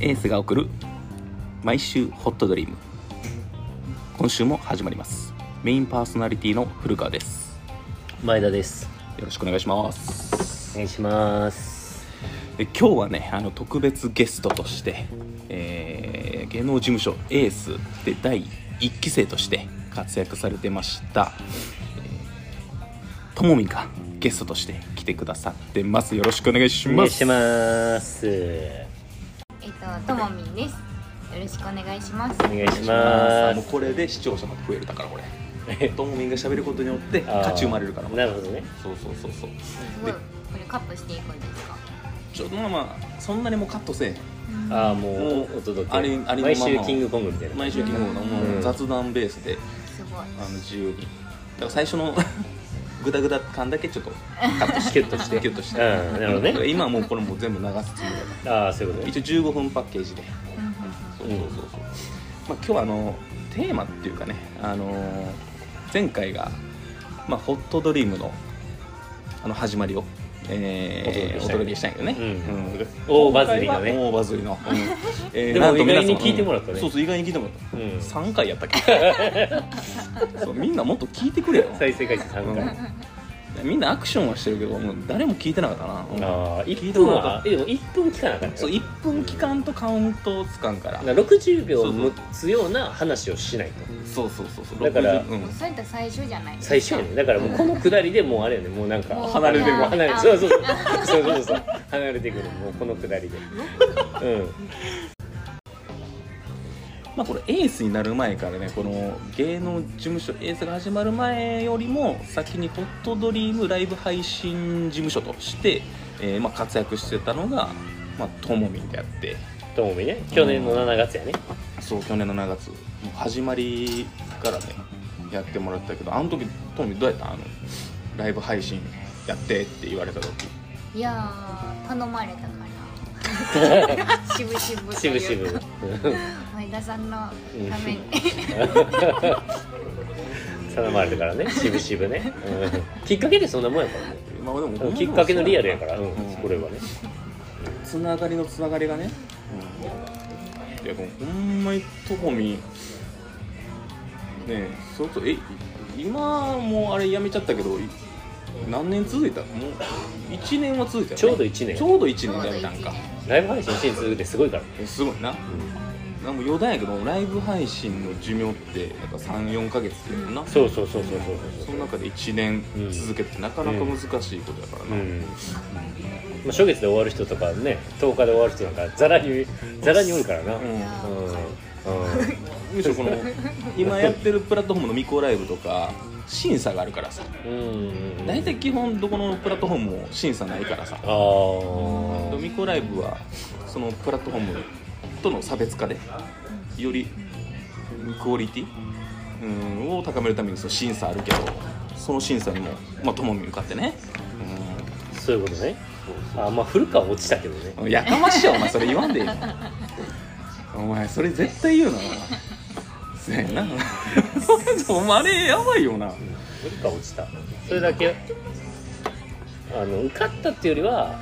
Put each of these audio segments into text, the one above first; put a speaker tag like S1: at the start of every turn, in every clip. S1: エースが送る毎週ホットドリーム今週も始まりますメインパーソナリティの古川です
S2: 前田です
S1: よろしくお願いします
S2: お願いします
S1: え今日はねあの特別ゲストとして、えー芸能事務所エースで第1期生として活躍されてましたえーともみんがゲストとして来てくださってますよろしくお願いし
S2: お願
S1: ま
S2: いし
S1: す
S2: ます
S3: えっと、ともみんです。よろしくお願いします。
S2: お願いし
S1: あ
S2: ま
S1: ーもう
S2: す
S1: これで視聴者も増えるだからこれともみんが喋ることによって価値生まれるから
S2: あーなるほどね
S1: そうそうそうそう
S3: すごい、これカップしていくんですか。
S1: ちょまあまあそんなにもうカットせえ
S2: ああもう
S1: もう
S2: お届け
S1: ありありのまま
S2: 毎週キングコングみたいな
S1: 毎週金曜のもう
S2: うん
S1: 雑談ベースです
S3: ごい。
S1: あの自由にだから最初の グダグダ感だけちょっとカットして
S2: キュッとして
S1: キュッとして
S2: うんなるほどね
S1: 今はもうこれもう全部流すつもりだか
S2: ああそういうこ
S1: ら
S2: と
S1: 一
S2: ね
S1: 応15分パッケージで
S3: うんうんうん
S1: そうそうそうそう、まあ、今日はあのテーマっていうかね、あのー前回が、まあ、ホットドリームのあの始まりを、えー、お
S2: お
S1: 届
S2: 届
S1: け
S2: け
S1: し
S2: した
S1: いんだよね、
S2: うん
S1: うん
S2: 大バズりのね
S1: 今回は大バズりの、え
S2: でも
S1: なんと皆様
S2: 意外に聞いてもらったね
S1: そうそう意外に聞いてもら
S2: う
S1: っ
S2: ん
S1: た3回やったっけ そうみんなもっと聞いてくれよ
S2: 再生回数3回
S1: みんなアクションはしてるけどもう誰も聞いてなかったな、
S2: ああ
S1: 聞い
S2: 1
S1: ても
S2: 分
S1: らっ
S2: はえでも1分聞かなあかった
S1: そう1分期間とカウントつかんから、
S2: 60秒
S1: そうそう
S2: 持つような話をしないと
S1: そうそうそうそう
S2: だから
S1: 60う
S3: も
S1: ん
S3: う、そういった最初じゃないですか。
S2: 最初やねだからもうこのくだりでもうあれよねもうなんか
S3: もう
S1: 離れてく
S3: いや
S2: 離れ
S3: あ
S2: そうそうそうそうそうそう離れてくるもうこのく だりでうん
S1: まあこれエースになる前からねこの芸能事務所エースが始まる前よりも先にホットドリームライブ配信事務所として、えーまあ活躍してたのが、まあ、ともみんであって
S2: ともみね去年の7月やね
S1: そう去年の7月もう始まりからねやってもらったけどあの時ともみんどうやったあのライブ配信やってって言われた時
S3: いやー、頼まれた から。しぶしぶ。
S2: しぶしぶ。
S3: 前田さんのために。
S2: 定まれてからねしぶしぶね、うん、 きっかけでそんなもんやからね
S1: まあでも
S2: うんきっかけのリアルやから、うん、これはね
S1: つながりのつながりがね、いやでもほんまにともみんねえそれこそえ今もうあれやめちゃったけどい何年続いたのもう1年は続いたよね
S2: ちょうど一年
S1: ちょうど1
S3: ちょうど
S1: 年やめ
S3: 一
S1: たんか
S2: ライブ配信し続けてすごいからね、
S1: えすごいななんか余談やけどライブ配信の寿命ってなんか34か月っていうのかな、
S2: そうそうそうそうそう
S1: そ
S2: そう
S1: の中で1年
S2: うん
S1: 続けてなかなか難しいことやから
S2: う
S1: な、
S2: んまあ、初月で終わる人とかね10日で終わる人なんかざらにざらにおるからな、うんうん
S1: うん
S2: うん
S1: むしろこの今やってるプラットフォームのミコライブとか審査があるからさ
S2: うん
S1: 大体基本どこのプラットフォームも審査ないからさ
S2: ああ
S1: ミコライブはそのプラットフォームとの差別化でよりクオリティうんを高めるためにその審査あるけどその審査にもまあともみ向かってね
S2: そういうことねあーまあ古川落ちたけどね
S1: うんやかましいわお前それ言わんでいいのお前それ絶対言うなそうやな お前あれやばいよな
S2: 古川落ちたそれだけあの受かったっていうよりは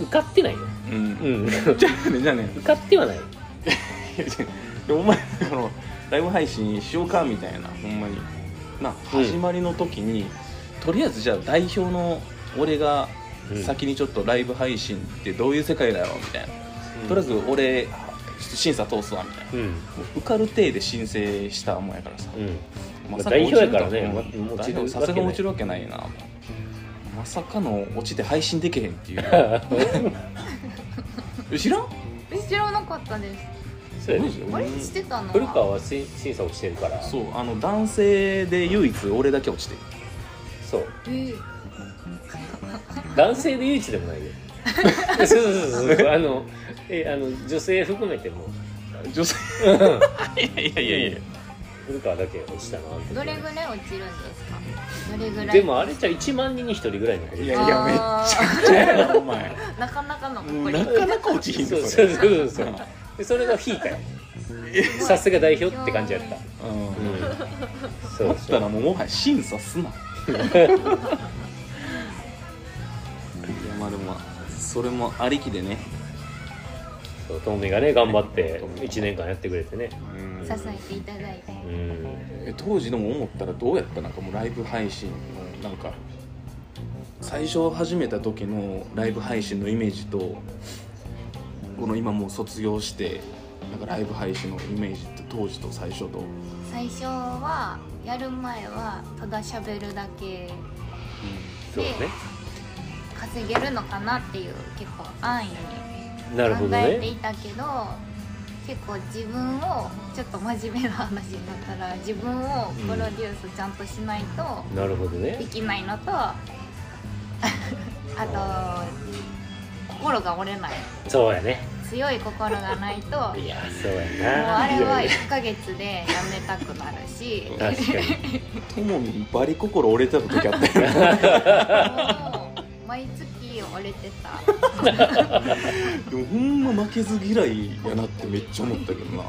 S2: 受かってないよ
S1: うん
S2: うん
S1: じゃあねじゃあね
S2: 受かってはない
S1: でお前このライブ配信しようかみたいなほんまにな
S2: うん
S1: 始まりの時に、とりあえずじゃあ代表の俺が
S2: うん
S1: 先にちょっとライブ配信ってどういう世界だろうみたいな、とりあえず俺ちょっと審査通すわみたいな
S2: うん
S1: もう受かる体で申請したもんやからさ、
S2: うん
S1: まさか
S2: 代表やからね
S1: 落ちるとは代表
S2: まもう
S1: さすがに落ちるわけないなまさかの落ちて配信できへんっていう 知らん
S3: 知らなかったです。
S2: そうやね
S3: あれ、してたの。
S2: 古川はし審査をしてるからそ
S1: そううあの男性で唯一俺だけ落ちてる
S3: えー
S2: 男性で唯一でも ないよそうそうそうそうあのえあの女性含めても
S1: 女性
S2: うん
S1: いやいやいや
S2: 古川だけ落ちたなって
S3: どれぐらい落ちるんですか。どれぐらい。
S2: でもあれじゃ1万人に1人ぐらいのこと
S1: い
S2: で
S1: や
S2: す
S1: いやめっちゃくちゃやなお前
S3: なかなかの。
S1: もう
S3: 誇り
S1: なかなか落ちひん
S2: そ
S1: の
S2: う
S1: そ
S2: そう
S1: れ
S2: そうそうそうでそれが引いたよさすが代表って感じやった
S1: うん
S2: そ
S1: だ
S2: う
S1: っ
S2: そ
S1: た
S2: う
S1: ら もうもはや審査すないやまあでもそれもありきでね
S2: そうトミがね頑張って1年間やってくれてね
S1: うん
S3: 支えていただいて
S2: うん
S1: え当時でも思ったらどうやったなんかもうライブ配信のなんか最初始めた時のライブ配信のイメージとこの今もう卒業してなんかライブ配信のイメージって当時と最初と
S3: 最初はやる前はただ喋るだけ
S2: そうね
S3: 稼げるのかなっていう結構安易に
S2: なるほ
S3: 考
S2: ど
S3: えてい
S2: ね
S3: たけど結構自分をちょっと真面目な話になったら自分をプロデュースちゃんとしないと
S2: なるほど
S3: で
S2: ね
S3: きないのと、 あと心が折れない
S2: そうやね
S3: 強い心がないともう
S2: いやそう
S3: あ
S2: や
S3: れは
S2: な
S3: 1ヶ月でやめたくなる し
S1: い
S3: も
S1: や
S3: う
S2: 確かに
S1: ともみバリ心折れてた時あったよね
S3: 毎月折れてた
S1: でもほんま負けず嫌いやなってめっちゃ思ったけどな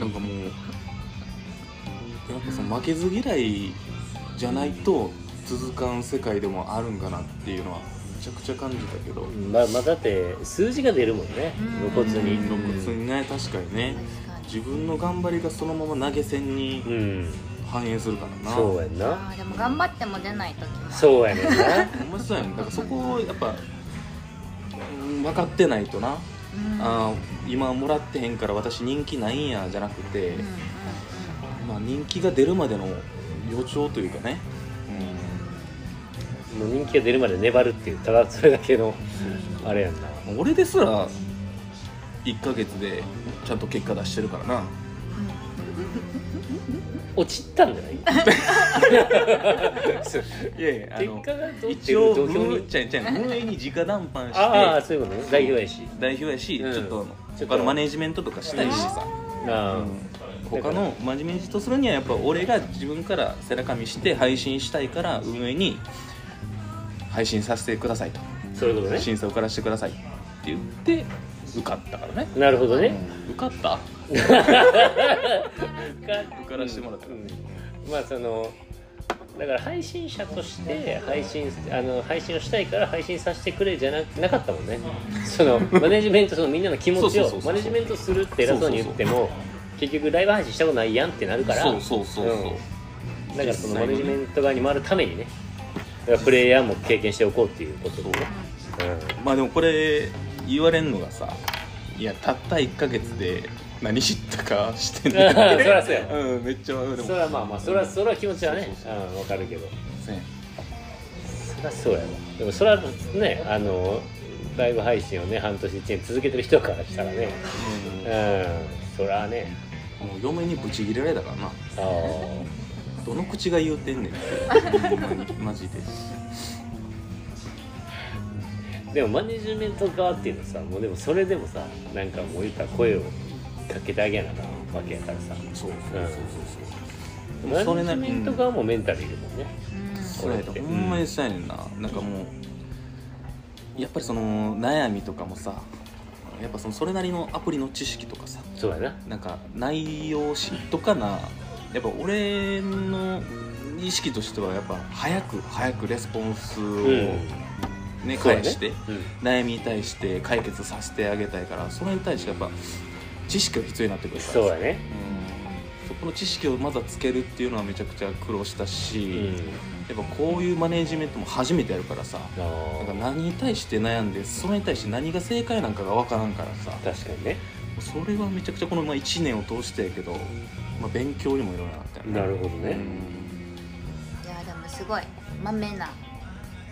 S1: なんかもうやっぱその負けず嫌いじゃないと続かん世界でもあるんかなっていうのはめちゃくちゃ感じたけど
S2: まあまあだって数字が出るもんね
S3: うん
S2: 露骨
S1: 露
S2: に
S1: 骨にね確かにね
S3: 確かに
S1: 自分の頑張りがそのまま投げ銭に
S2: うん
S1: 反映するからな
S2: そうやん
S3: あ
S2: な
S3: ーでも頑張っても出ない時も
S2: そうやねんな
S1: ほんまそうやねだからそこをやっぱ、うん分かってないとな、
S3: うん
S1: あー今もらってへんから私人気ないんやじゃなくて、
S3: うんうん
S1: まあ、人気が出るまでの予兆というかね、
S2: もう人気が出るまで粘るっていうただそれだけのあれやんな
S1: うん、俺ですら1ヶ月でちゃんと結果出してるからな
S3: うん
S2: 落ちたんじゃない
S1: いやいや
S2: 結果がどうってい
S1: 一
S2: う
S1: 応
S2: 状
S1: 運
S2: 況
S1: 営
S2: に
S1: ちゃうちゃう運営に直談判して
S2: ああそういうことね代表やし
S1: 代表やし、
S2: うん
S1: ちょっと
S2: ちょっと
S1: 他のマネジメントとかしたいしさ、
S2: あ
S1: うん他のマネジメントするにはやっぱ俺が自分から背中見して配信したいから運営に配信させてくださいと、
S2: あそういうことね
S1: 審査を受からしてくださいって言って受かったからね、
S2: なるほどね
S1: 受かった
S2: 受
S1: からしてもらった
S2: んまあそのだから配信者として配信あの配信をしたいから配信させてくれじゃななかったもんねそのマネジメントそのみんなの気持ち
S1: そうそうそう
S2: を
S1: そう
S2: マネジメントするって偉そうに言っても結局ライブ配信したことないやんってなるから
S1: そうそうそうそう、
S2: うんだからそのマネジメント側に回るためにねだからプレイヤーも経験しておこうっていうことでね、
S1: まあでもこれ言われんのがさいやたった1ヶ月で何知ったかしてん
S2: うん、そ
S1: ね
S2: りゃそうや
S1: うんめっちゃでも
S2: それはまあまあそれはそれは気持ちはねうんわかるけど
S1: そうや
S2: そりゃそうやわでもそれはねあのライブ配信をね半年1年続けてる人からしたらね
S1: うん
S2: うんそりゃね
S1: もう嫁にブチギレられたからな
S2: あー
S1: どの口が言うてんねんってほんまにマジで
S2: でもマネジメント側っていうのはさもうでもそれでもさなんかもう言ったら声をかけてあげなあかんわけやからさ
S1: そうそう
S2: うん
S1: そうそう
S2: マ
S1: それ
S2: ネ
S1: な
S2: ジメント側もメンタルいるもんね
S3: うん
S1: そうやでほんまにそうやねんな、なんかもうやっぱりその悩みとかもさやっぱそのそれなりのアプリの知識とかさ
S2: そうやな
S1: なんか内容知っとかなやっぱ俺の意識としてはやっぱ早く早くレスポンスをね、
S2: そうや
S1: 返して、
S2: うん
S1: 悩みに対して解決させてあげたいからそれに対してやっぱ知識が必要になってくるからさ
S2: そうやね
S1: うんそこの知識をまだつけるっていうのはめちゃくちゃ苦労した
S2: う
S1: し、
S2: ん
S1: やっぱこういうマネジメントも初めてやるからさな
S2: あ
S1: んか
S2: ー
S1: 何に対して悩んでそれに対して何が正解なんかが分からんからさ
S2: 確かにね
S1: それはめちゃくちゃこのまあ1年を通してやけど、まあ、勉強にもいろいろなったよね
S2: なるほどね、
S3: いやでもすごいまめな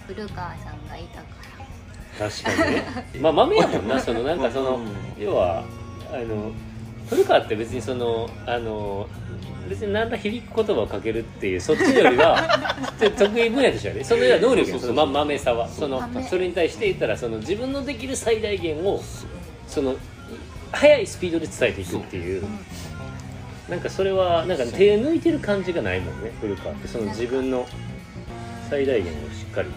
S3: 古川さんがいたから
S2: 確かにね まあ豆やも んなそのなんかその
S1: うん
S2: 要はあの古川って別にそのあの別に何ら響く言葉をかけるっていうそっちより はちょっと得意分野でしょうねそのような能力
S1: そ
S2: よ
S1: うそ
S2: そうの
S1: そう
S2: ま豆さはその
S3: 豆
S2: それに対して言ったらその自分のできる最大限をその速いスピードで伝えていくっていうなんかそれはなんか手抜いてる感じがないもんね古川ってその自分の最大限をしっかり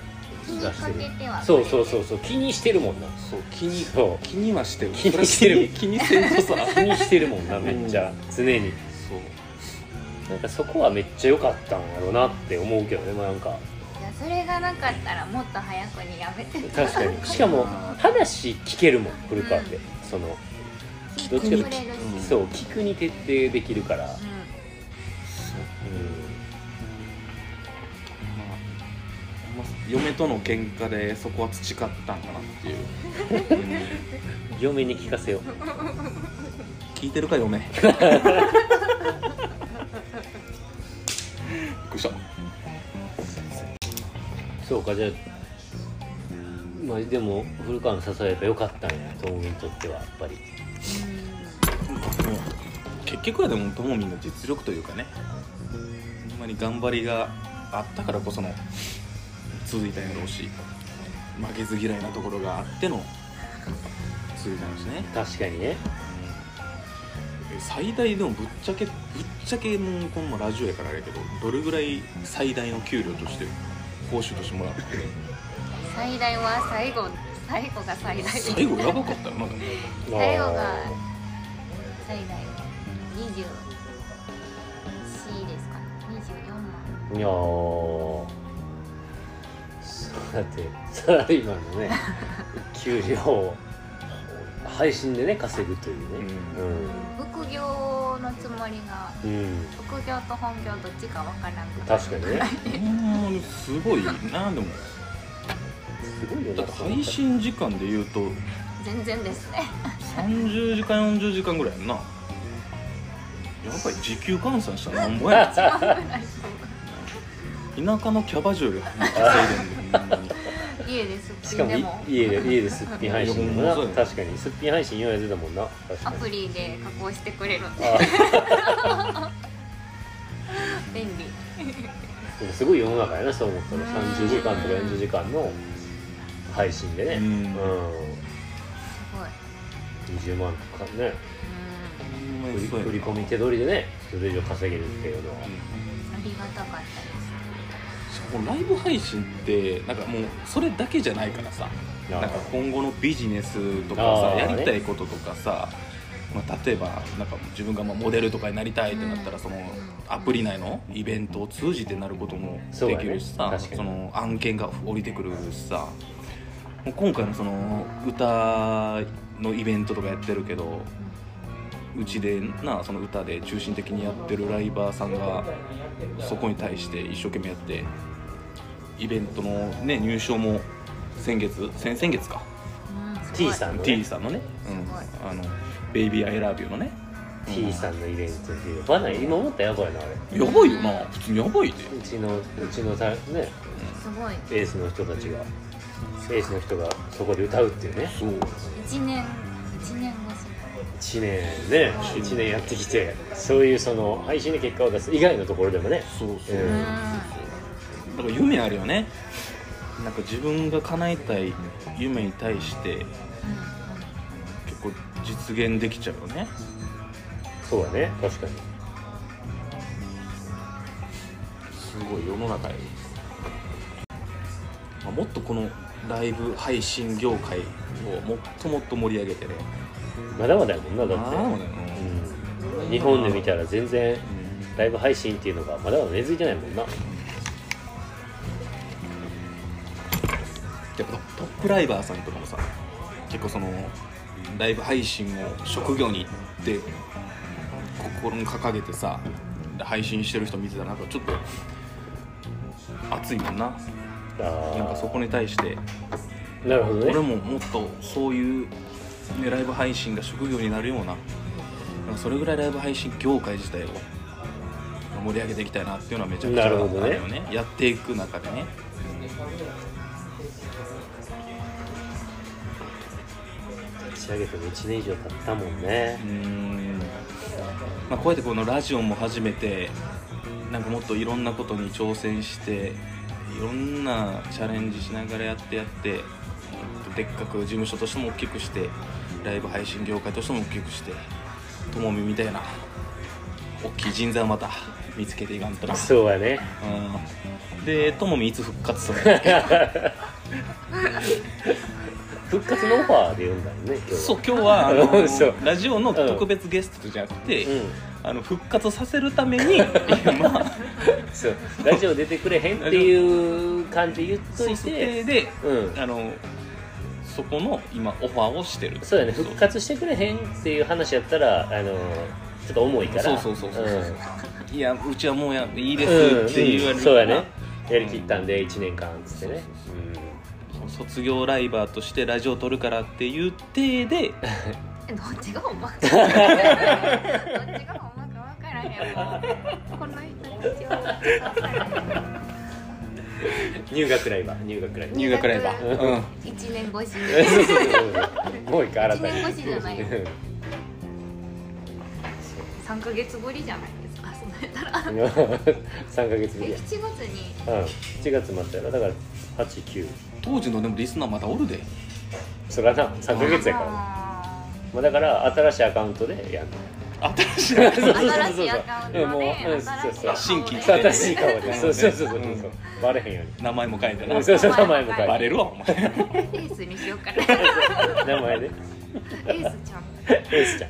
S3: 気に
S2: 出し
S3: か
S2: て
S3: け
S2: る
S3: ては
S2: そうそう
S3: う
S2: そうそう気にしてるもんな
S1: そう気に
S2: そう
S1: 気にはしてる
S2: 気にしてる
S1: 気 に気にせんとさ
S2: 気にしてるもんなめっちゃ、常に
S1: そう
S2: なんかそこはめっちゃ良かったんやろうなって思うけどねまあなんか
S3: 優それがなかったらもっと早くにやめてた
S2: 確かにしかも話聞けるもん古川って、
S3: うん
S2: その
S3: 聞
S2: どっ
S3: い
S2: ち
S3: て
S2: かと
S3: く
S2: いう
S3: れ
S2: と
S3: るし、
S1: うん
S2: そう聞くに徹底できるから、
S3: う
S2: う
S1: まあほんま嫁との喧嘩でそこは培ったんかな っていう、うん
S2: ん、嫁に聞かせよう
S1: 聞いてるか 嫁びっくりした
S2: そうかじゃあまあでも古川の支えが良かったんや東美にとってはやっぱり
S1: 結局はでもともみんの実力というかねほんまに頑張りがあったからこその続いたんやろうし負けず嫌いなところがあっての続いたんですね
S2: 確かにね
S1: え最大でもぶっちゃけぶっちゃけもうこのラジオやからあれやけどどれぐらい最大の給料として報酬としてもらって
S3: ん最大は最後最後が最大
S1: 最後やばかったよなでも
S3: 最後が
S2: あ
S3: 最大24ですかね
S2: ー
S3: 24万
S2: いやーそうだってサラリーマン のね給料を配信でね稼ぐというね
S3: 副業のつもりが
S2: うん、うん、
S3: 副業と本業どっちかわからんくなる
S2: 確かにね
S1: ほんますごいなでも
S2: すごいよな
S1: だって配信時間で言うと
S3: 全然ですね
S1: 30時間40時間ぐらいやんなやっぱり時給換算したらなんぼや田舎のキャバ嬢より稼いでんでほんまに
S3: 家ですっ
S2: し
S3: ぴ
S2: か
S3: ん
S2: も
S3: で
S2: い
S3: も
S2: 家で家ですっぴん配信でも
S1: いやほんまそ
S2: な
S1: うや
S2: 確かにすっぴん配信言われてたもんな確か
S3: ア
S2: に
S3: プリで加工してくれるんで
S2: あ
S3: 便利
S2: でもすごい世の中やなそう思ったら
S3: うん
S2: 30時間とか40時間の配信でね
S1: う
S2: うん
S1: ん
S3: すごい
S2: 20万とかね
S3: う
S1: ほんま
S2: 振り
S1: にそうやな
S2: 振り込み手取りでねそれ以上稼げるっていうのは
S3: んありがたかったです
S1: しかもライブ配信ってなんかもうそれだけじゃないからさなんか今後のビジネスとか
S2: あ
S1: さ
S2: ー
S1: やりたいこととかさ、まあ、例えばなんか自分がまあモデルとかになりたいってなったらそのアプリ内のイベントを通じてなることも
S2: そう
S1: で
S2: やね
S1: きるしさ
S2: 確かに
S1: の案件が降りてくるしさもう今回のその歌のイベントとかやってるけどうちでなその歌で中心的にやってるライバーさんがそこに対して一生懸命やってイベントの、ね、入賞も先月先々月か
S3: うんすごい
S2: T さんの、
S1: T
S2: ね、
S1: さんのね、
S3: すごい
S1: うん、あの「ベイビー・アイ・ラブ・ユー」のね
S2: T さんのイベントっていうバナ今思ったらやばいなあれう
S1: やばいよな普通にやばいで
S2: ちのうちのたね
S3: すごい
S2: エースの人たちがエースの人がそこで歌うっていうね
S1: そう
S3: 一年一年越し
S2: 1年ね
S1: うん
S2: 1年やってきてそういうその配信で結果を出す以外のところでもね
S1: そうそう、
S2: うん
S1: だから夢あるよねなんか自分が叶えたい夢に対して
S3: うん
S1: 結構実現できちゃうよね
S2: そうだね確かに
S1: すごい世の中に、まあ、もっとこのライブ配信業界をもっともっと盛り上げてね
S2: まだまだやもんなだって
S1: ああね
S2: うん日本で見たら全然
S1: うん
S2: ライブ配信っていうのがまだまだ根付いてないもんな
S1: やっぱトップライバーさんとかもさ結構そのライブ配信を職業にって心に掲げてさ配信してる人見てたらなんかちょっと熱いもんな
S2: あ
S1: なんかそこに対して
S2: ーなるほどね
S1: 俺ももっとそういう、ね、ライブ配信が職業になるようななんかそれぐらいライブ配信業界自体を盛り上げていきたいなっていうのはめちゃくちゃ
S2: なるほどね
S1: あよねやっていく中でね
S2: 立ち上げても1年以上経ったもんね
S1: うーんまあ、こうやってこのラジオも始めてなんかもっといろんなことに挑戦していろんなチャレンジしながらやってやってもっとでっかく事務所としても大きくしてライブ配信業界としても大きくしてともみみたいな大きい人材をまた見つけていかんとな
S2: そうやね
S1: うんでともみいつ復活す るんだっけ
S2: 復活のオファーで読んだよね今日は
S1: そう今日はあ
S2: そう
S1: のラジオの特別ゲストじゃなくて、
S2: うん
S1: あの復活させるために今
S2: そうラジオ出てくれへんっていう感じで言っと
S1: そ
S2: いう
S1: で
S2: て
S1: で
S2: うん
S1: あのそこの今オファーをしてる
S2: そうやね復活してくれへんっていう話やったらあのちょっと重いから
S1: そうそうそうそううそうんいやうちはもうやっていいで
S2: うん
S1: すって言われる
S2: うん
S1: か
S2: そう
S1: ら
S2: やねやりきったんで1年間っつってね
S1: その卒業ライバーとしてラジオ撮るからっていう体で
S3: どっちがほ んまかどっちがほんまかわからへんわこの人たちは分からへんわ
S2: 入学ライバー入学ライバー
S1: 入学ライバー、うん、
S3: 一年越 し
S2: そう
S3: に
S2: そうそうそうもう一回新たに
S3: 一年越し じゃないよ
S2: うん
S3: 三ヶ月ぶりじゃないですかそれたら
S2: 3ヶ月ぶり
S3: え
S2: や
S3: 7月に
S2: うん7月末やろだから89
S1: 当時のでもリスナーまだおるで
S2: そらな3ヶ月やから
S3: あ
S2: まあだから新しいアカウントでやんの
S1: 新しい
S2: そうそうそうそう
S3: 新しいアカウント
S2: うんもうう
S3: で
S2: んそうそう
S3: 新しい
S1: 新規
S3: 顔
S1: 来て
S2: 新
S3: で
S2: しい顔でそうそうそうそうそうバレへんように
S1: 名前も変えて
S2: う
S1: なん
S2: そうそう名前も変え
S1: バレるわお前
S3: エースにしようかなエ
S2: 名前で
S3: ースちゃん
S2: エースちゃん